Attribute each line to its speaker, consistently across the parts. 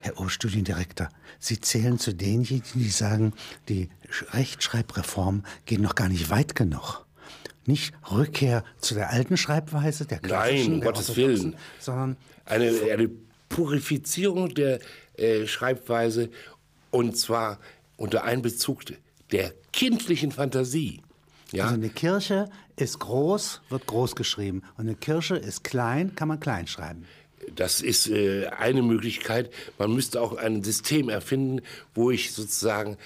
Speaker 1: Herr O-Studiendirektor, Sie zählen zu denjenigen, die sagen, die Sch- Rechtschreibreform geht noch gar nicht weit genug. Nicht Rückkehr zu der alten Schreibweise, der klassischen,
Speaker 2: um
Speaker 1: der
Speaker 2: Gottes
Speaker 1: orthodoxen,
Speaker 2: Willen.
Speaker 1: sondern
Speaker 2: Eine, eine Purifizierung der äh, Schreibweise und zwar unter Einbezug der kindlichen Fantasie. Ja?
Speaker 1: also eine Kirche ist groß, wird groß geschrieben. Und eine Kirche ist klein, kann man klein schreiben.
Speaker 2: Das ist äh, eine Möglichkeit. Man müsste auch ein System erfinden, wo ich sozusagen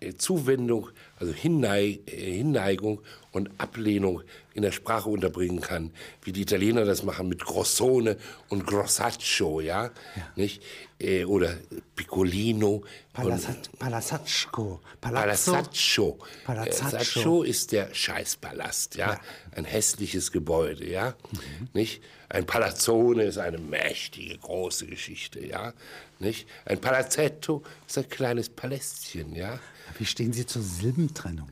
Speaker 2: äh, Zuwendung, also Hinnei äh, Hinneigung und Ablehnung in der Sprache unterbringen kann, wie die Italiener das machen mit Grossone und Grossaccio, ja, nicht? Äh, oder Piccolino und
Speaker 1: Palazzat, Palazzacco. Palazzo.
Speaker 2: Palazzaccio.
Speaker 1: Palazzaccio.
Speaker 2: Palazzaccio ist der Scheißpalast, ja? Ein hässliches Gebäude, ja? Nicht? Ein Palazzone ist eine mächtige, große Geschichte, ja? Nicht? Ein Palazzetto ist ein kleines Palästchen, ja?
Speaker 1: Wie stehen Sie zur Silbentrennung?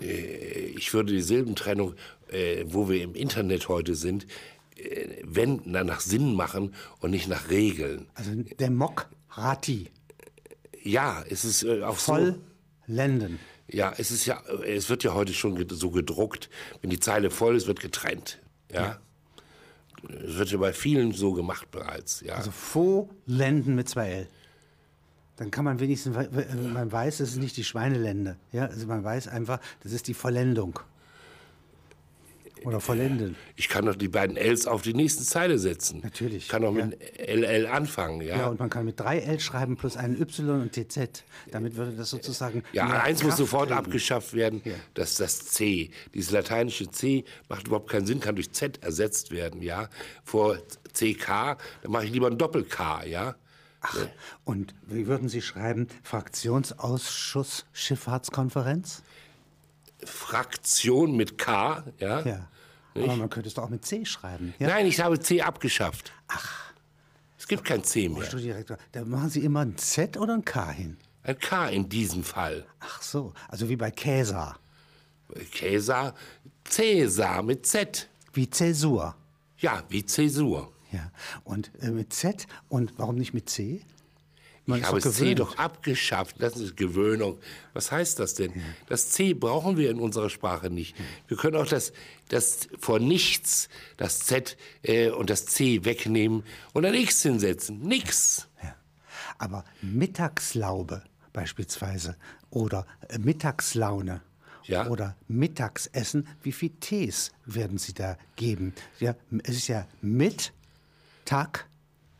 Speaker 2: Äh, Ich würde die Silbentrennung, äh, wo wir im Internet heute sind, äh, wenn, na, nach Sinn machen und nicht nach Regeln.
Speaker 1: Also der Mokrati.
Speaker 2: Ja, es ist äh, auch so.
Speaker 1: Voll Lenden.
Speaker 2: Ja, es ist ja, es wird ja heute schon ged- so gedruckt, wenn die Zeile voll ist, wird getrennt. Ja. Es wird ja bei vielen so gemacht bereits. Ja.
Speaker 1: Also vor Lenden mit zwei L. Dann kann man wenigstens, we- we- man weiß, es ist nicht die Schweinelende. Ja, also man weiß einfach, das ist die Vollendung. Oder Vollenden.
Speaker 2: ich kann doch die beiden Ls auf die nächste Zeile setzen.
Speaker 1: Natürlich,
Speaker 2: Ich kann auch
Speaker 1: ja.
Speaker 2: mit LL anfangen. Ja.
Speaker 1: Ja, und man kann mit drei L schreiben plus einen Y und TZ. Damit würde das sozusagen.
Speaker 2: Ja,
Speaker 1: mehr
Speaker 2: eins muss
Speaker 1: Kraft
Speaker 2: sofort
Speaker 1: kriegen.
Speaker 2: abgeschafft werden, dass das C, dieses lateinische C, macht überhaupt keinen Sinn, kann durch Z ersetzt werden, ja. Vor CK, dann mache ich lieber ein Doppel-K, ja.
Speaker 1: Ach, und wie würden Sie schreiben? Fraktionsausschuss Schifffahrtskonferenz?
Speaker 2: Fraktion mit K, ja.
Speaker 1: Ja. Aber man könnte es doch auch mit C schreiben. Ja?
Speaker 2: Nein, ich habe C abgeschafft. Ach. Es gibt kein C mehr.
Speaker 1: Studiendirektor, da machen Sie immer ein Z oder ein K hin.
Speaker 2: Ein K in diesem Fall.
Speaker 1: Ach so, also wie bei Käsar.
Speaker 2: Cäsar, Cäsar mit Z.
Speaker 1: Wie Zäsur.
Speaker 2: Ja, wie Zäsur.
Speaker 1: Ja. Und äh, mit Z und warum nicht mit C? Man
Speaker 2: Ich
Speaker 1: ist
Speaker 2: habe
Speaker 1: doch
Speaker 2: das C
Speaker 1: gewöhnt.
Speaker 2: doch abgeschafft. Das ist Gewöhnung. Was heißt das denn? Das C brauchen wir in unserer Sprache nicht. Wir können auch das, das vor nichts, das Z äh, und das C wegnehmen und ein X hinsetzen. Nix.
Speaker 1: Ja. Aber Mittagslaube beispielsweise oder äh, Mittagslaune
Speaker 2: Ja.
Speaker 1: oder Mittagsessen, wie viel Tees werden Sie da geben? Ja, es ist ja Mittag.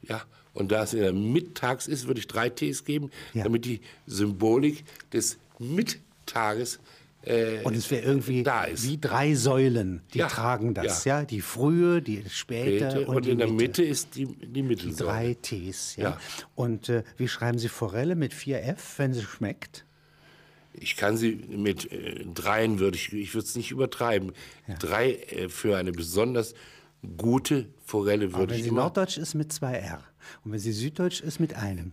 Speaker 2: Ja, und da es in der Mittags ist, würde ich drei Ts geben,
Speaker 1: Ja.
Speaker 2: damit die Symbolik des Mittages. Äh,
Speaker 1: Und es wäre irgendwie
Speaker 2: Da ist.
Speaker 1: wie drei Säulen, die
Speaker 2: Ja,
Speaker 1: tragen das, ja. Die frühe, die späte,
Speaker 2: und,
Speaker 1: und, die
Speaker 2: in der
Speaker 1: Mitte.
Speaker 2: Mitte ist die, die Mittelsäule.
Speaker 1: Drei Ts, ja.
Speaker 2: Ja.
Speaker 1: Und äh, wie schreiben Sie Forelle mit 4F, wenn sie schmeckt?
Speaker 2: Ich kann sie mit äh, dreien, würde ich, ich würde es nicht übertreiben. Drei äh, für eine besonders gute Forelle würde
Speaker 1: Wenn
Speaker 2: ich
Speaker 1: sie
Speaker 2: immer.
Speaker 1: norddeutsch ist, mit zwei R. Und wenn sie süddeutsch ist, mit einem.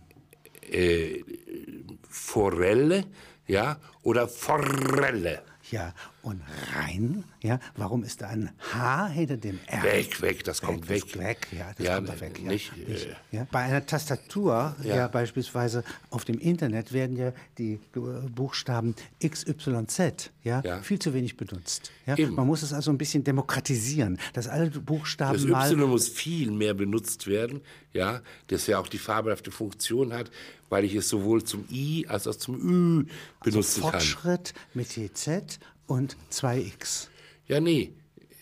Speaker 2: Forelle, ja, oder Forelle.
Speaker 1: Ja, und rein, ja, warum ist da ein H hinter dem R?
Speaker 2: Weg, weg, das kommt weg.
Speaker 1: Das weg, ja, das
Speaker 2: Ja,
Speaker 1: kommt da weg. Ja,
Speaker 2: nicht, äh,
Speaker 1: ja. Bei einer Tastatur, ja.
Speaker 2: Ja.
Speaker 1: beispielsweise auf dem Internet, werden ja die äh, Buchstaben XYZ ja,
Speaker 2: Ja.
Speaker 1: viel zu wenig benutzt. Ja?
Speaker 2: Eben.
Speaker 1: Man muss es also ein bisschen demokratisieren, dass alle Buchstaben
Speaker 2: Das
Speaker 1: mal
Speaker 2: Y muss viel mehr benutzt werden, ja, das ja auch die fabelhafte Funktion hat, weil ich es sowohl zum I als auch zum Ü benutzen kann.
Speaker 1: Fortschritt mit TZ und 2X.
Speaker 2: Ja, nee,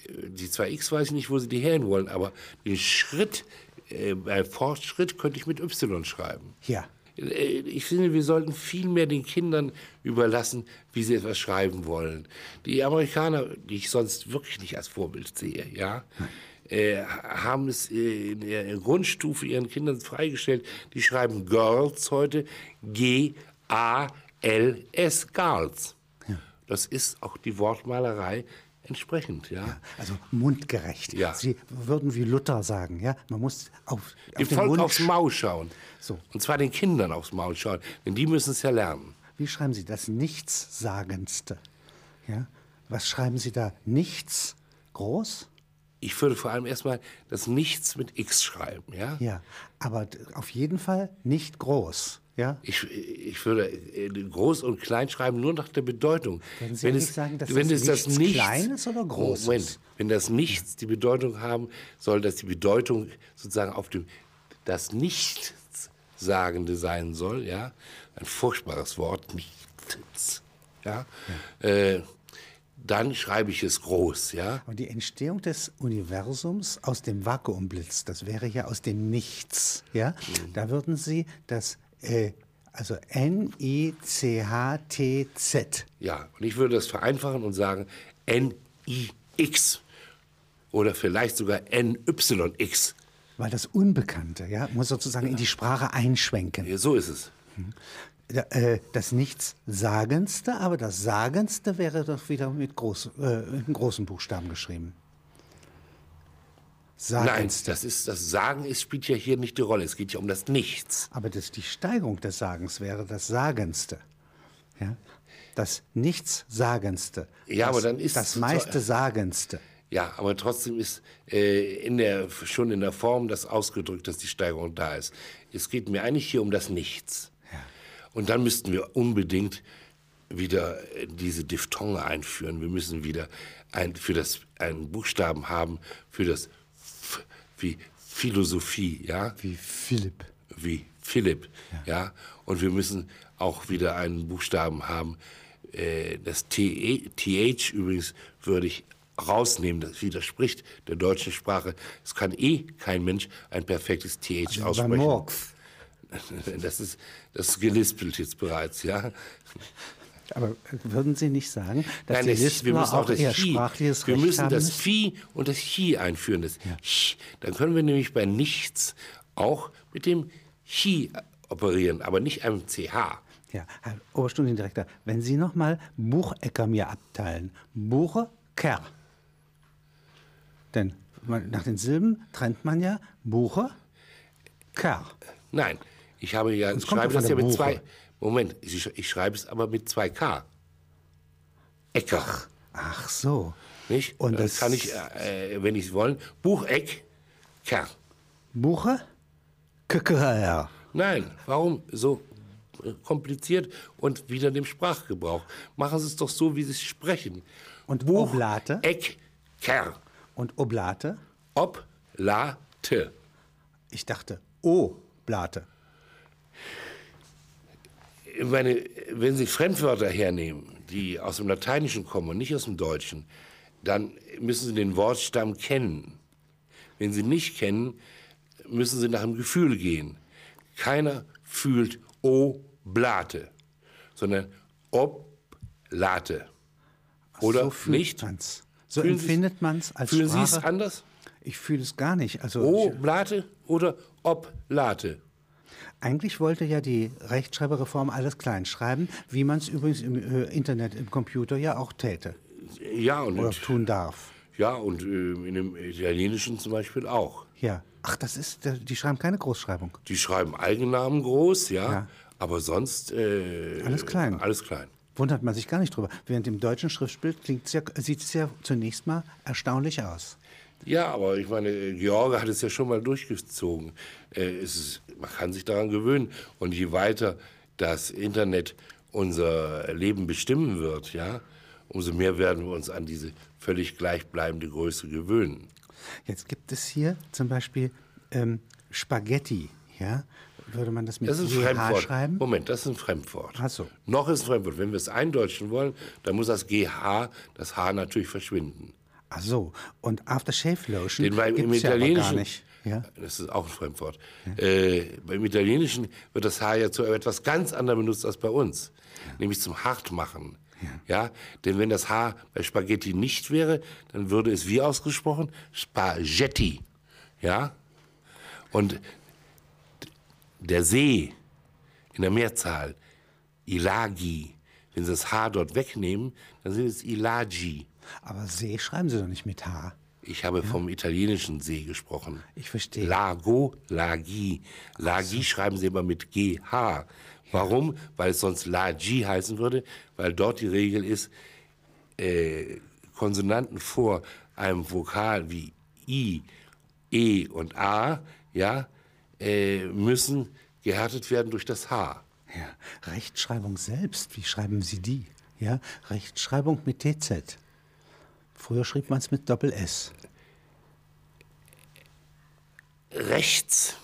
Speaker 2: die 2x weiß ich nicht, wo sie die herren wollen, aber den Schritt, äh, bei Fortschritt könnte ich mit Y schreiben.
Speaker 1: Ja.
Speaker 2: Äh, Ich finde, wir sollten viel mehr den Kindern überlassen, wie sie etwas schreiben wollen. Die Amerikaner, die ich sonst wirklich nicht als Vorbild sehe, ja, äh, haben es äh, in der Grundstufe ihren Kindern freigestellt. Die schreiben Girls heute G-A-L-S, Girls. Das ist auch die Wortmalerei entsprechend, ja.
Speaker 1: Also mundgerecht.
Speaker 2: Ja.
Speaker 1: Sie würden wie Luther sagen, ja, man muss auf, auf
Speaker 2: Dem
Speaker 1: den
Speaker 2: Volk
Speaker 1: Mund
Speaker 2: aufs Maul schauen.
Speaker 1: So.
Speaker 2: Und zwar den Kindern aufs Maul schauen, denn die müssen es ja lernen.
Speaker 1: Wie schreiben Sie das Nichtssagendste? Ja? Was schreiben Sie da? Nichts groß?
Speaker 2: Ich würde vor allem erstmal das Nichts mit X schreiben, ja?
Speaker 1: Ja, aber d- auf jeden Fall nicht groß. Ja?
Speaker 2: Ich, ich würde äh, Groß und Klein schreiben nur nach der Bedeutung.
Speaker 1: Können Sie nicht sagen, dass das Nichts klein ist oder groß
Speaker 2: Moment,
Speaker 1: ist?
Speaker 2: wenn das Nichts die Bedeutung haben soll, dass die Bedeutung sozusagen auf dem das Nichtsagende sein soll, ja, ein furchtbares Wort, Nichts, ja, Äh, dann schreibe ich es groß, ja.
Speaker 1: Und die Entstehung des Universums aus dem Vakuumblitz, das wäre ja aus dem Nichts. Ja?
Speaker 2: Mhm.
Speaker 1: Da würden Sie das, äh, also N-I-C-H-T-Z.
Speaker 2: Ja, und ich würde das vereinfachen und sagen N-I-X oder vielleicht sogar N-Y-X.
Speaker 1: Weil das Unbekannte ja, muss sozusagen in die Sprache einschwenken.
Speaker 2: Ja, so ist es.
Speaker 1: Da, äh, Das Nichtsagendste, aber das Sagendste wäre doch wieder mit, groß, äh, mit großen Buchstaben geschrieben.
Speaker 2: Nein,
Speaker 1: Sagendste.
Speaker 2: das ist das Sagen ist, spielt ja hier nicht die Rolle. Es geht ja um das Nichts.
Speaker 1: Aber das, die Steigerung des Sagens wäre das Sagendste. Ja? Das Nichtssagendste. das,
Speaker 2: Ja, aber dann ist
Speaker 1: Das
Speaker 2: so-
Speaker 1: meiste Sagendste.
Speaker 2: Ja, aber trotzdem ist äh, in der, schon in der Form das ausgedrückt, dass die Steigerung da ist. Es geht mir eigentlich hier um das Nichts. Und dann müssten wir unbedingt wieder äh, diese Diphthonge einführen. Wir müssen wieder ein, für das, einen Buchstaben haben für das F, wie Philosophie, ja?
Speaker 1: Wie Philipp.
Speaker 2: wie Philipp. Ja. Und wir müssen auch wieder einen Buchstaben haben. Äh, Das TE TH übrigens würde ich rausnehmen. Das widerspricht der deutschen Sprache. Es kann eh kein Mensch ein perfektes TH
Speaker 1: Bei
Speaker 2: aussprechen.
Speaker 1: Murks.
Speaker 2: Das ist das ist gelispelt jetzt bereits, ja.
Speaker 1: Aber würden Sie nicht sagen, dass die
Speaker 2: das-
Speaker 1: Lispler auch, ihr sprachliches
Speaker 2: wir
Speaker 1: Recht
Speaker 2: müssen
Speaker 1: haben?
Speaker 2: das Vieh und das Chi einführen. Das Chi. Dann können wir nämlich bei nichts auch mit dem Chi operieren, aber nicht einem CH.
Speaker 1: Ja, Herr Oberstudiendirektor, wenn Sie nochmal Buchecker mir abteilen, Bucheker. Denn man- nach den Silben trennt man ja Buche, Kerr.
Speaker 2: Nein, ich habe ja, ich
Speaker 1: kommt
Speaker 2: schreibe
Speaker 1: ja von
Speaker 2: das ja
Speaker 1: der
Speaker 2: mit
Speaker 1: Buche.
Speaker 2: zwei. Moment, ich, ich schreibe es aber mit zwei K. Ecker,
Speaker 1: Ach so.
Speaker 2: nicht?
Speaker 1: und
Speaker 2: das
Speaker 1: das-
Speaker 2: kann ich, äh, wenn ich wollen, Bucheck, Kerr.
Speaker 1: Buche, Köcker.
Speaker 2: Nein, warum so äh, kompliziert und wieder dem Sprachgebrauch? Machen Sie es doch so, wie Sie es sprechen.
Speaker 1: Und Oblate?
Speaker 2: Eck, Kerr,
Speaker 1: Und oh, Oblate?
Speaker 2: ob, la, te.
Speaker 1: Ich dachte, Oblate.
Speaker 2: Ich meine, wenn Sie Fremdwörter hernehmen, die aus dem Lateinischen kommen und nicht aus dem Deutschen, dann müssen Sie den Wortstamm kennen. Wenn Sie ihn nicht kennen, müssen Sie nach dem Gefühl gehen. Keiner fühlt Oblate, sondern Oblate. Oder
Speaker 1: so fühlt
Speaker 2: nicht?
Speaker 1: Man's. So
Speaker 2: Fühlen Sie-
Speaker 1: empfindet man es als
Speaker 2: Fühlen Sie es Oh.
Speaker 1: Sprache.
Speaker 2: anders?
Speaker 1: ich fühle es gar nicht. Also ich,
Speaker 2: Oblate oder Oblate?
Speaker 1: eigentlich wollte ja die Rechtschreiberreform alles klein schreiben, wie man es übrigens im äh, Internet, im Computer ja auch täte
Speaker 2: Ja, und,
Speaker 1: oder tun darf.
Speaker 2: ja, und äh, in dem Italienischen zum Beispiel auch.
Speaker 1: Ja. Ach, das ist, äh, die schreiben keine Großschreibung.
Speaker 2: Die schreiben Eigennamen groß, ja,
Speaker 1: Ja.
Speaker 2: aber sonst äh,
Speaker 1: Alles klein.
Speaker 2: Alles klein.
Speaker 1: Wundert man sich gar nicht drüber. Während im deutschen Schriftbild klingt's ja, sieht es ja zunächst mal erstaunlich aus.
Speaker 2: Ja, aber ich meine, George hat es ja schon mal durchgezogen. Äh, es ist, man kann sich daran gewöhnen und je weiter das Internet unser Leben bestimmen wird, ja, umso mehr werden wir uns an diese völlig gleichbleibende Größe gewöhnen.
Speaker 1: Jetzt gibt es hier zum Beispiel ähm, Spaghetti. Ja? Würde man das mit
Speaker 2: Das ist ein
Speaker 1: GH
Speaker 2: Fremdwort.
Speaker 1: schreiben?
Speaker 2: Moment, das ist ein Fremdwort.
Speaker 1: Ach so.
Speaker 2: Noch ist ein Fremdwort. Wenn wir es eindeutschen wollen, dann muss das GH, das H natürlich verschwinden.
Speaker 1: Ach so. Und Aftershave Lotion
Speaker 2: Den beim, im
Speaker 1: gibt's ja aber
Speaker 2: Italienischen,
Speaker 1: gar nicht. Ja?
Speaker 2: Das ist auch ein Fremdwort. Äh, beim Italienischen wird das Haar ja zu etwas ganz anderem benutzt als bei uns, nämlich zum Hartmachen. Ja. denn wenn das Haar bei Spaghetti nicht wäre, dann würde es wie ausgesprochen Spaghetti. Ja, und d- der See in der Mehrzahl Ilagi. Wenn Sie das Haar dort wegnehmen, dann sind es Ilagi.
Speaker 1: Aber See schreiben sie doch nicht mit H.
Speaker 2: Ich habe vom italienischen See gesprochen.
Speaker 1: Ich verstehe.
Speaker 2: Lago, Lagi. Lagi schreiben sie immer mit GH. Warum? Weil es sonst Lagi heißen würde, weil dort die Regel ist, äh, Konsonanten vor einem Vokal wie I, E und A, ja, äh, müssen gehärtet werden durch das H.
Speaker 1: Ja, Rechtschreibung selbst, wie schreiben Sie die? Ja, Rechtschreibung mit TZ. Früher schrieb man es mit Doppel S.
Speaker 2: Rechts.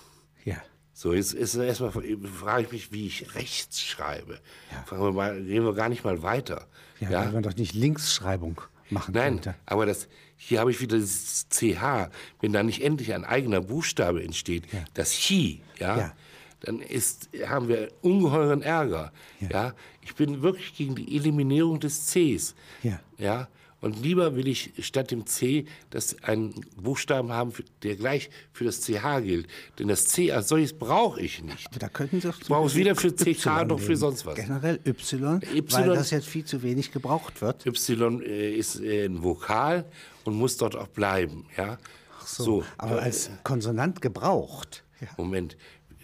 Speaker 1: Ja.
Speaker 2: So, jetzt ist erstmal frage ich mich, wie ich rechts schreibe.
Speaker 1: Ja.
Speaker 2: Fangen wir mal, gehen wir gar nicht mal weiter.
Speaker 1: Ja,
Speaker 2: ja?
Speaker 1: weil man doch nicht Linksschreibung machen
Speaker 2: Nein,
Speaker 1: könnte.
Speaker 2: aber das, hier habe ich wieder das CH. Wenn da nicht endlich ein eigener Buchstabe entsteht, das Chi, ja,
Speaker 1: Ja.
Speaker 2: dann ist, haben wir ungeheuren Ärger. Ja. Ich bin wirklich gegen die Eliminierung des Cs.
Speaker 1: Ja.
Speaker 2: Ja? Und lieber will ich statt dem C dass einen Buchstaben haben, für- der gleich für das CH gilt. Denn das C als solches brauche ich nicht.
Speaker 1: Da könnten Sie doch
Speaker 2: brauche es weder für
Speaker 1: Y
Speaker 2: CK noch für
Speaker 1: nehmen.
Speaker 2: sonst was.
Speaker 1: Generell y, weil
Speaker 2: Y.
Speaker 1: das jetzt viel zu wenig gebraucht wird.
Speaker 2: Y äh, ist äh, ein Vokal und muss dort auch bleiben. Ja? Ach
Speaker 1: Aber als Konsonant gebraucht.
Speaker 2: Moment,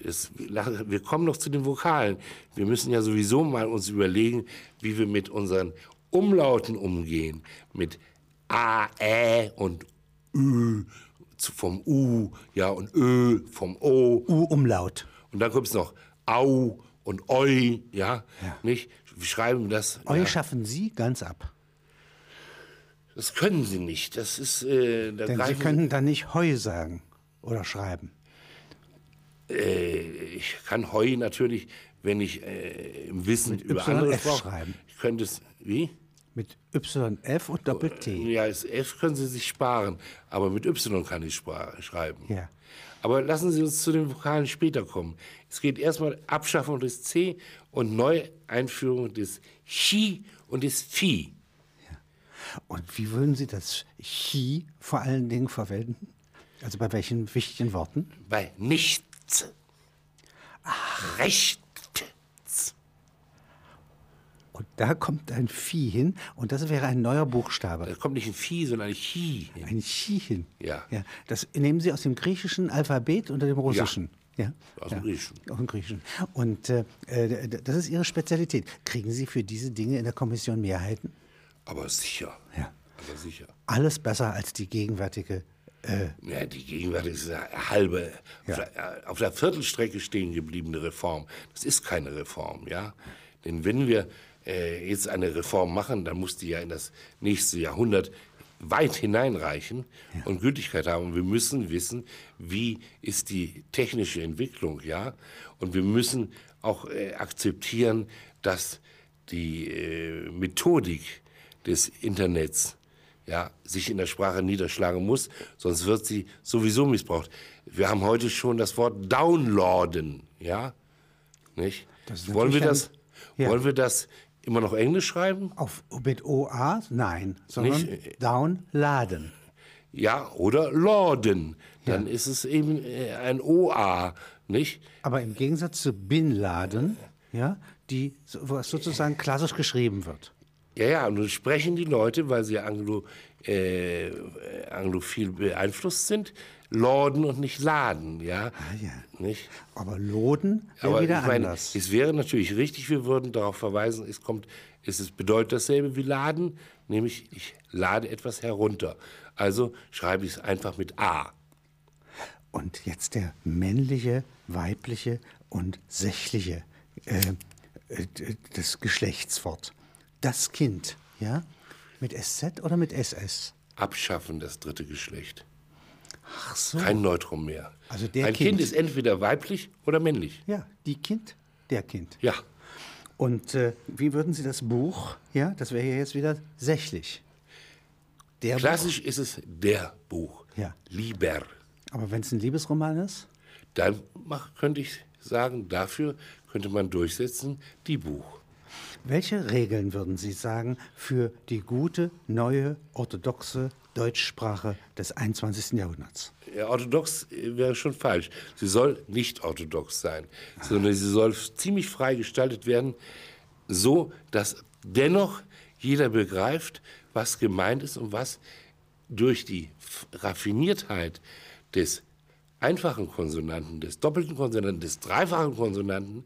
Speaker 2: es, wir kommen noch zu den Vokalen. Wir müssen ja sowieso mal uns überlegen, wie wir mit unseren Umlauten umgehen. Mit A, Ä und Ü zu- vom U, ja, und Ö vom O.
Speaker 1: U-Umlaut.
Speaker 2: Und dann kommt es noch Au und Eu, ja, nicht? Wir schreiben das.
Speaker 1: Eu
Speaker 2: Ja,
Speaker 1: schaffen Sie ganz ab.
Speaker 2: das können sie nicht. Das ist, äh, da
Speaker 1: Denn Sie
Speaker 2: greifen
Speaker 1: können dann nicht Heu sagen oder schreiben.
Speaker 2: ich kann Heu natürlich, wenn ich äh, im Wissen über
Speaker 1: YF
Speaker 2: andere Sprachen-
Speaker 1: schreiben.
Speaker 2: Ich könnte es, wie?
Speaker 1: Mit YF und Doppel-T.
Speaker 2: Ja, das F können Sie sich sparen, aber mit Y kann ich spar- schreiben.
Speaker 1: Ja.
Speaker 2: Aber lassen Sie uns zu den Vokalen später kommen. Es geht erstmal Abschaffung des C und Neueinführung des Chi und des Phi.
Speaker 1: Und wie würden Sie das Chi vor allen Dingen verwenden? Also bei welchen wichtigen Worten?
Speaker 2: Bei nichts. Ach. Rechts.
Speaker 1: Und da kommt ein Vieh hin und das wäre ein neuer Buchstabe.
Speaker 2: Da kommt nicht ein Phi, sondern ein Chi. hin.
Speaker 1: Ein Chi hin.
Speaker 2: Ja.
Speaker 1: ja. Das nehmen Sie aus dem griechischen Alphabet oder dem russischen. Ja.
Speaker 2: Aus dem
Speaker 1: ja.
Speaker 2: Griechischen.
Speaker 1: Aus dem griechischen. Und äh, äh, d- das ist Ihre Spezialität. Kriegen Sie für diese Dinge in der Kommission Mehrheiten?
Speaker 2: Aber sicher.
Speaker 1: Ja.
Speaker 2: Aber sicher.
Speaker 1: Alles besser als die gegenwärtige.
Speaker 2: Ja, die Gegenwart ist eine halbe, auf, der, auf der Viertelstrecke stehen gebliebene Reform. Das ist keine Reform, ja. Denn wenn wir äh, jetzt eine Reform machen, dann muss die ja in das nächste Jahrhundert weit hineinreichen und Gültigkeit haben. Und wir müssen wissen, wie ist die technische Entwicklung, ja. Und wir müssen auch äh, akzeptieren, dass die äh, Methodik des Internets ja, sich in der Sprache niederschlagen muss, sonst wird sie sowieso missbraucht. Wir haben heute schon das Wort downloaden, ja? Nicht?
Speaker 1: Das ist
Speaker 2: wollen wir
Speaker 1: natürlich
Speaker 2: das
Speaker 1: ein- ja.
Speaker 2: wollen wir das immer noch Englisch schreiben?
Speaker 1: Auf, mit OA? Nein, sondern
Speaker 2: äh,
Speaker 1: downladen.
Speaker 2: Ja, oder lauden. Dann ist es eben äh, ein OA, nicht?
Speaker 1: Aber im Gegensatz zu Bin Laden, ja, die, so- was sozusagen klassisch geschrieben wird.
Speaker 2: Ja, ja, und nun sprechen die Leute, weil sie ja Anglo, äh, äh, anglophil beeinflusst sind, lauden und nicht laden, ja?
Speaker 1: Ah, ja.
Speaker 2: Nicht?
Speaker 1: Aber Loden wäre
Speaker 2: Aber
Speaker 1: wieder
Speaker 2: ich meine,
Speaker 1: anders.
Speaker 2: es wäre natürlich richtig, wir würden darauf verweisen, es kommt, es ist, bedeutet dasselbe wie laden, nämlich ich lade etwas herunter. Also schreibe ich es einfach mit A.
Speaker 1: Und jetzt der männliche, weibliche und sächliche äh, äh, d- das Geschlechtswort. Das Kind, ja? Mit SZ oder mit SS?
Speaker 2: Abschaffen das dritte Geschlecht.
Speaker 1: Ach so.
Speaker 2: Kein Neutrum mehr.
Speaker 1: Also der
Speaker 2: Ein kind.
Speaker 1: Kind.
Speaker 2: ist entweder weiblich oder männlich.
Speaker 1: Ja, die Kind, der Kind.
Speaker 2: Ja,
Speaker 1: Und äh, wie würden Sie das Buch, ja, das wäre ja jetzt wieder sächlich. Der
Speaker 2: klassisch ist es der Buch.
Speaker 1: Ja.
Speaker 2: Liber.
Speaker 1: Buch. Aber wenn es ein Liebesroman ist?
Speaker 2: Dann mach, könnte ich sagen, dafür könnte man durchsetzen, die Buch.
Speaker 1: Welche Regeln würden Sie sagen für die gute, neue, orthodoxe Deutschsprache des 21. Jahrhunderts?
Speaker 2: Ja, orthodox äh, wäre schon falsch. Sie soll nicht orthodox sein, sondern sie soll f- ziemlich frei gestaltet werden, so dass dennoch jeder begreift, was gemeint ist und was durch die F- Raffiniertheit des einfachen Konsonanten, des doppelten Konsonanten, des dreifachen Konsonanten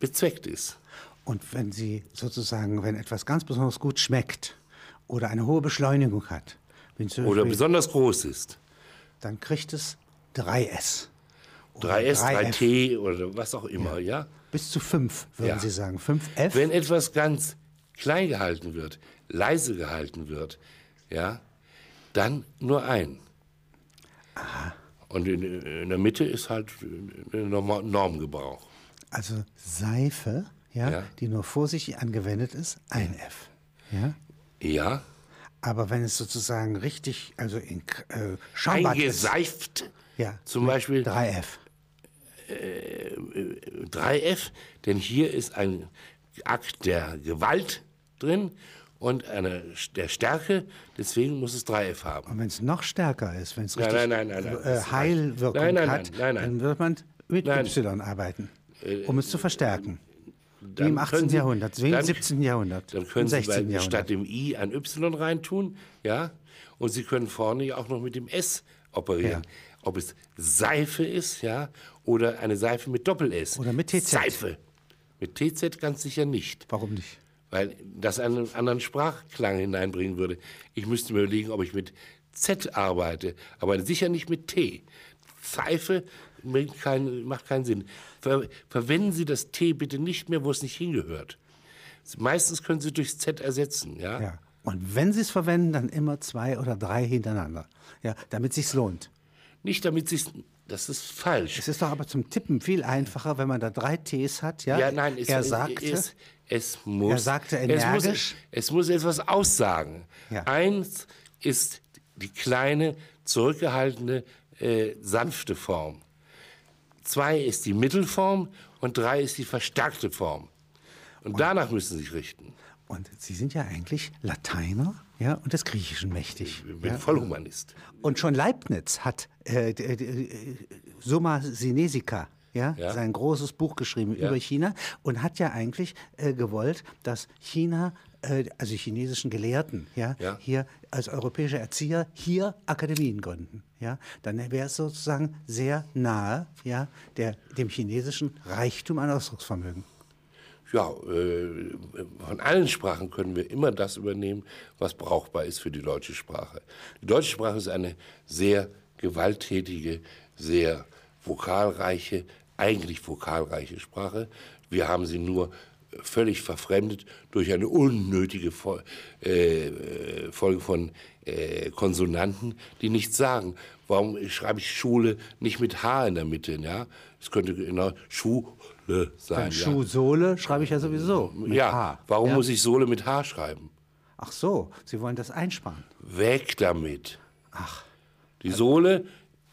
Speaker 2: bezweckt ist.
Speaker 1: Und wenn Sie sozusagen, wenn etwas ganz besonders gut schmeckt oder eine hohe Beschleunigung hat, wenn zum
Speaker 2: Oder
Speaker 1: Beispiel-
Speaker 2: besonders groß ist.
Speaker 1: dann kriegt es 3S. Oder
Speaker 2: 3S,
Speaker 1: 3F.
Speaker 2: 3T oder was auch immer, ja.
Speaker 1: Bis zu 5, würden
Speaker 2: Ja.
Speaker 1: Sie sagen. 5F?
Speaker 2: Wenn etwas ganz klein gehalten wird, leise gehalten wird, ja, dann nur ein. Und in, in der Mitte ist halt äh, Norma- Normgebrauch.
Speaker 1: also Seife, ja,
Speaker 2: Ja.
Speaker 1: die nur vorsichtig angewendet ist, ein F. Ja?
Speaker 2: Ja,
Speaker 1: Aber wenn es sozusagen richtig, also in äh, Schaumbad ist,
Speaker 2: eingeseift.
Speaker 1: ja,
Speaker 2: Zum Beispiel
Speaker 1: 3F.
Speaker 2: 3F, denn hier ist ein Akt der Gewalt drin und eine, der Stärke, deswegen muss es 3F haben.
Speaker 1: Und wenn es noch stärker ist, wenn es
Speaker 2: Nein,
Speaker 1: richtig
Speaker 2: nein, nein, nein, nein,
Speaker 1: äh,
Speaker 2: das ist
Speaker 1: Heilwirkung
Speaker 2: falsch. Nein, nein,
Speaker 1: hat,
Speaker 2: nein, nein, nein.
Speaker 1: dann wird man mit
Speaker 2: Nein. Äh,
Speaker 1: Y arbeiten, um es zu verstärken. Wie
Speaker 2: dann
Speaker 1: im 18.
Speaker 2: können Sie-
Speaker 1: Jahrhundert, wie im
Speaker 2: dann-
Speaker 1: 17. Jahrhundert,
Speaker 2: Dann können
Speaker 1: im
Speaker 2: Sie
Speaker 1: 16.
Speaker 2: bei,
Speaker 1: Jahrhundert.
Speaker 2: statt dem I ein Y reintun, ja, und Sie können vorne ja auch noch mit dem S operieren.
Speaker 1: Ja.
Speaker 2: Ob es Seife ist, ja, oder eine Seife mit Doppel-S.
Speaker 1: Oder mit TZ.
Speaker 2: Seife. Mit TZ ganz sicher nicht,
Speaker 1: Warum nicht?
Speaker 2: weil das einen anderen Sprachklang hineinbringen würde. Ich müsste mir überlegen, ob ich mit Z arbeite, aber sicher nicht mit T. Seife bringt keinen- macht keinen Sinn. Ver, verwenden Sie das T bitte nicht mehr, wo es nicht hingehört. Meistens können Sie durchs Z ersetzen, ja?
Speaker 1: Ja. Und wenn Sie es verwenden, dann immer zwei oder drei hintereinander, ja, damit es sich lohnt.
Speaker 2: Nicht damit Sie das ist falsch.
Speaker 1: Es ist doch aber zum Tippen viel einfacher, wenn man da drei Ts hat. Ja,
Speaker 2: ja, nein, es,
Speaker 1: er sagte,
Speaker 2: es, es muss.
Speaker 1: Er sagte
Speaker 2: Es muss,
Speaker 1: energisch.
Speaker 2: es muss etwas aussagen.
Speaker 1: Ja.
Speaker 2: Eins ist die kleine, zurückgehaltene, äh, sanfte Form. Zwei ist die Mittelform und drei ist die verstärkte Form. Und danach müssen Sie sich richten.
Speaker 1: und Sie sind ja eigentlich Lateiner ja, und des Griechischen mächtig.
Speaker 2: Ich bin Vollhumanist.
Speaker 1: Und schon Leibniz hat äh, d- d- äh, Summa Sinesica, ja,
Speaker 2: Ja.
Speaker 1: sein großes Buch geschrieben über China und hat ja eigentlich äh, gewollt, dass China, äh, also die chinesischen Gelehrten, ja,
Speaker 2: Ja.
Speaker 1: hier als europäische Erzieher hier Akademien gründen, ja, dann wäre es sozusagen sehr nahe, ja, der dem chinesischen Reichtum an Ausdrucksvermögen.
Speaker 2: Ja, äh, von allen Sprachen können wir immer das übernehmen, was brauchbar ist für die deutsche Sprache. Die deutsche Sprache ist eine sehr gewalttätige, sehr vokalreiche, eigentlich vokalreiche Sprache. Wir haben sie nur völlig verfremdet durch eine unnötige Fol äh, äh, Folge von äh, Konsonanten, die nichts sagen. Warum schreibe ich Schule nicht mit H in der Mitte? Ja, es könnte genau Schule sein. ja.
Speaker 1: Schuhsohle schreibe ich ja sowieso mit
Speaker 2: Ja,
Speaker 1: H.
Speaker 2: warum
Speaker 1: ja?
Speaker 2: muss ich Sohle mit H schreiben?
Speaker 1: Ach so, Sie wollen das einsparen.
Speaker 2: Weg damit. Ach. Die Sohle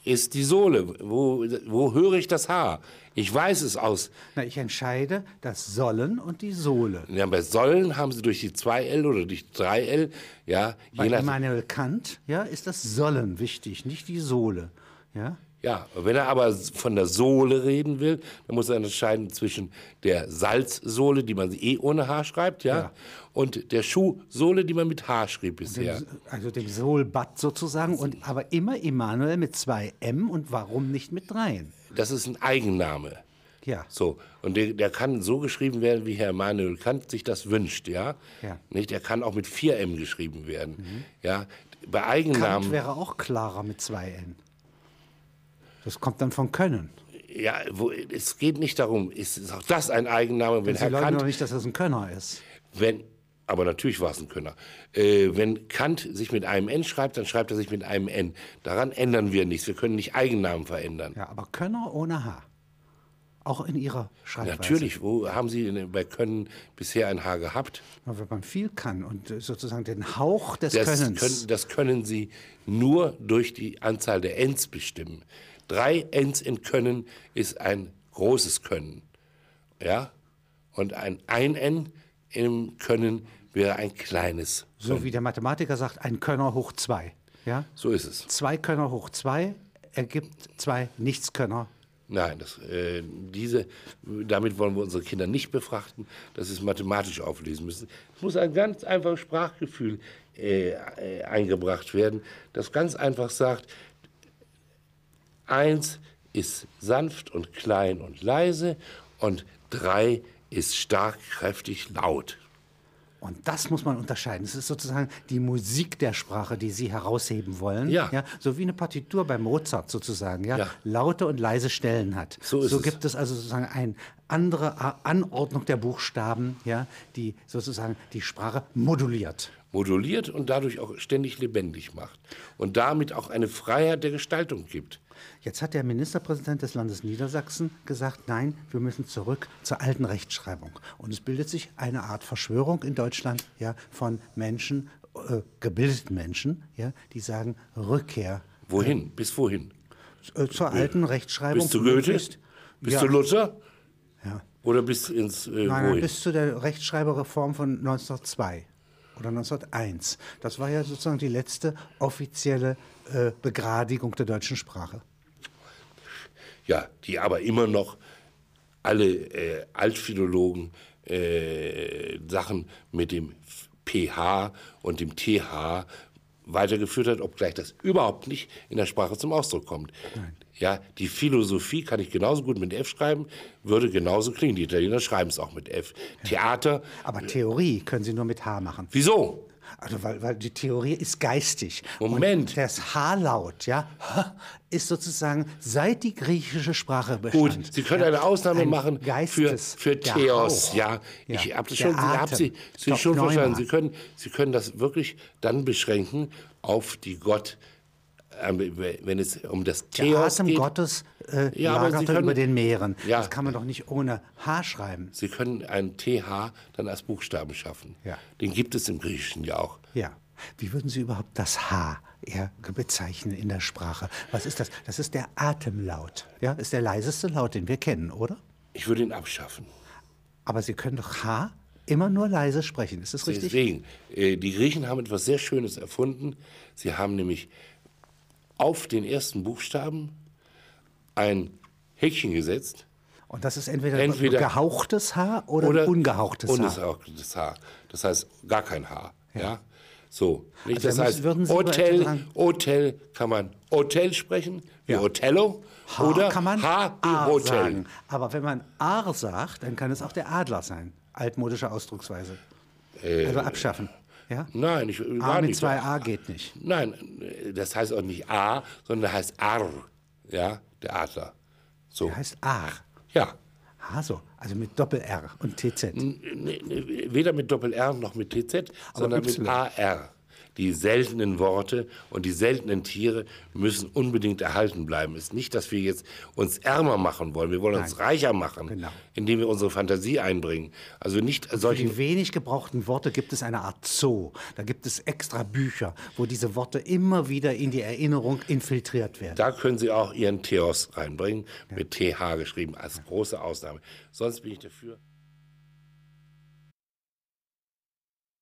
Speaker 2: ist die Sohle. Wo, wo höre ich das H? Ich weiß es aus.
Speaker 1: Na, ich entscheide das Sollen und die Sohle.
Speaker 2: Ja, bei Sollen haben sie durch die 2L oder durch die 3L, ja,
Speaker 1: Bei
Speaker 2: je nach,
Speaker 1: Immanuel Kant ja, ist das Sollen wichtig, nicht die Sohle. Ja?
Speaker 2: ja. Wenn er aber von der Sohle reden will, dann muss er unterscheiden zwischen der Salzsohle, die man eh ohne H schreibt, ja, und der Schuhsohle, die man mit H schrieb bisher.
Speaker 1: Also dem Sohlbad sozusagen, und, aber immer Immanuel mit zwei M und warum nicht mit dreien?
Speaker 2: Das ist ein Eigenname.
Speaker 1: Ja.
Speaker 2: So, und der, der kann so geschrieben werden, wie Herr Emanuel Kant sich das wünscht, ja?
Speaker 1: Ja. Mhm.
Speaker 2: Nicht? Er kann auch mit 4M geschrieben werden. Ja? Bei
Speaker 1: Kant
Speaker 2: Eigennamen,
Speaker 1: wäre auch klarer mit zwei N. Das kommt dann von Können.
Speaker 2: ja, wo, es geht nicht darum, ist, ist auch das ein Eigenname, wenn
Speaker 1: Sie
Speaker 2: Herr
Speaker 1: leugnen doch
Speaker 2: Kant,
Speaker 1: nicht, dass das ein Könner ist.
Speaker 2: wenn, aber natürlich war es ein Könner, äh, wenn Kant sich mit einem N schreibt, dann schreibt er sich mit einem N. Daran ändern wir nichts, wir können nicht Eigennamen verändern.
Speaker 1: Ja, aber Könner ohne H. Auch in ihrer Schreibweise.
Speaker 2: Natürlich, wo haben Sie denn bei Können bisher ein H gehabt?
Speaker 1: Aber Wenn man viel kann und äh, sozusagen den Hauch des
Speaker 2: Das
Speaker 1: Könnens.
Speaker 2: können, das können Sie nur durch die Anzahl der Ns bestimmen. Drei Ns in Können ist ein großes Können. Ja? Und ein ein N im Können wäre ein kleines.
Speaker 1: so wie der Mathematiker sagt, ein Könner hoch zwei. Ja?
Speaker 2: So ist es.
Speaker 1: 2 Könner hoch 2 ergibt 2 Nichtskönner.
Speaker 2: Nein, das, äh, diese, damit wollen wir unsere Kinder nicht befrachten, dass sie es mathematisch auflesen müssen. Es muss ein ganz einfaches Sprachgefühl äh, äh, eingebracht werden, das ganz einfach sagt, eins ist sanft und klein und leise und drei ist stark, kräftig, laut.
Speaker 1: Und das muss man unterscheiden. Es ist sozusagen die Musik der Sprache, die Sie herausheben wollen.
Speaker 2: Ja.
Speaker 1: so wie eine Partitur bei Mozart sozusagen, ja,
Speaker 2: Ja.
Speaker 1: laute und leise Stellen hat.
Speaker 2: So ist
Speaker 1: so
Speaker 2: es.
Speaker 1: gibt es also sozusagen eine andere A- Anordnung der Buchstaben, ja, die sozusagen die Sprache moduliert.
Speaker 2: moduliert und dadurch auch ständig lebendig macht und damit auch eine Freiheit der Gestaltung gibt.
Speaker 1: Jetzt hat der Ministerpräsident des Landes Niedersachsen gesagt, nein, wir müssen zurück zur alten Rechtschreibung. Und es bildet sich eine Art Verschwörung in Deutschland ja, von Menschen, äh, gebildeten Menschen, ja, die sagen Rückkehr
Speaker 2: Wohin? Bis wohin?
Speaker 1: äh, zur alten Rechtschreibung.
Speaker 2: Bis zu Goethe?
Speaker 1: möglichst-
Speaker 2: Bist
Speaker 1: ja,
Speaker 2: du Luther?
Speaker 1: Ja.
Speaker 2: Oder bis ins äh,
Speaker 1: Nein, nein,
Speaker 2: wohin?
Speaker 1: bis zu der Rechtschreiberreform von 1902 oder 1901. Das war ja sozusagen die letzte offizielle äh, Begradigung der deutschen Sprache.
Speaker 2: ja, die aber immer noch alle äh, Altphilologen äh, Sachen mit dem pH und dem TH weitergeführt hat, obgleich das überhaupt nicht in der Sprache zum Ausdruck kommt. Ja, die Philosophie kann ich genauso gut mit F schreiben, würde genauso klingen. Die Italiener schreiben es auch mit F. Theater,
Speaker 1: Aber Theorie können Sie nur mit H machen.
Speaker 2: wieso?
Speaker 1: Also, weil, weil die Theorie ist geistig.
Speaker 2: Moment.
Speaker 1: Und das H-Laut, ja, ist sozusagen seit die griechische Sprache bestand.
Speaker 2: Gut, Sie können eine Ausnahme
Speaker 1: Ein
Speaker 2: machen für,
Speaker 1: Geistes-
Speaker 2: für
Speaker 1: der
Speaker 2: Theos.
Speaker 1: Hauch.
Speaker 2: Ja,
Speaker 1: Ja,
Speaker 2: ich habe
Speaker 1: der
Speaker 2: schon, Sie, hab
Speaker 1: Atem.
Speaker 2: Sie, Sie
Speaker 1: Doch,
Speaker 2: schon
Speaker 1: Pneuma.
Speaker 2: verstanden. Sie können, Sie können das wirklich dann beschränken auf die Gott, ähm, wenn es um das
Speaker 1: Der
Speaker 2: Theos
Speaker 1: Atem
Speaker 2: geht.
Speaker 1: Gottes äh,
Speaker 2: Ja, aber Sie
Speaker 1: lagerte
Speaker 2: können-
Speaker 1: über den Meeren.
Speaker 2: Ja.
Speaker 1: Das kann man doch nicht ohne H schreiben.
Speaker 2: Sie können ein TH dann als Buchstaben schaffen.
Speaker 1: Ja.
Speaker 2: Den gibt es im Griechischen ja auch.
Speaker 1: Ja. Wie würden Sie überhaupt das H eher bezeichnen in der Sprache? Was ist das? Das ist der Atemlaut. Ja, ist der leiseste Laut, den wir kennen, oder?
Speaker 2: Ich würde ihn abschaffen.
Speaker 1: Aber Sie können doch H immer nur leise sprechen. Ist das richtig?
Speaker 2: Deswegen, äh, die Griechen haben etwas sehr Schönes erfunden. Sie haben nämlich auf den ersten Buchstaben ein Häkchen gesetzt
Speaker 1: Und das ist entweder,
Speaker 2: Entweder-
Speaker 1: gehauchtes Haar oder,
Speaker 2: oder
Speaker 1: ungehauchtes Haar.
Speaker 2: Ungehauchtes Haar. Das heißt, gar kein Haar. Ja. So.
Speaker 1: Also
Speaker 2: Nicht? das
Speaker 1: da müssen-
Speaker 2: heißt,
Speaker 1: würden Sie
Speaker 2: Hotel,
Speaker 1: heute sagen-
Speaker 2: Hotel kann man Hotel sprechen, wie Othello.
Speaker 1: Haar
Speaker 2: oder
Speaker 1: kann man
Speaker 2: Haar wie
Speaker 1: Aar
Speaker 2: Hotel.
Speaker 1: sagen. Aber wenn man Aar sagt, dann kann es auch der Adler sein. Altmodische Ausdrucksweise. also abschaffen. Ja?
Speaker 2: Nein, ich Äh, gar
Speaker 1: A mit
Speaker 2: nicht.
Speaker 1: zwei A geht nicht.
Speaker 2: Nein, äh, das heißt auch nicht A, sondern das heißt Ar. Ja, der Adler. So.
Speaker 1: Der heißt Aar.
Speaker 2: Ja.
Speaker 1: Haso, also mit Doppel-R und TZ.
Speaker 2: Nee, nee, Weder mit Doppel-R noch mit TZ, sondern mit
Speaker 1: Y.
Speaker 2: AR. Die seltenen Worte und die seltenen Tiere müssen unbedingt erhalten bleiben. Es ist nicht, dass wir jetzt uns ärmer machen wollen. Wir wollen uns reicher machen,
Speaker 1: Genau.
Speaker 2: indem wir unsere Fantasie einbringen. Also nicht solche
Speaker 1: Die wenig gebrauchten Worte gibt es eine Art Zoo. Da gibt es extra Bücher, wo diese Worte immer wieder in die Erinnerung infiltriert werden.
Speaker 2: Da können Sie auch Ihren Theos reinbringen, mit TH geschrieben, als große Ausnahme. Sonst bin ich dafür.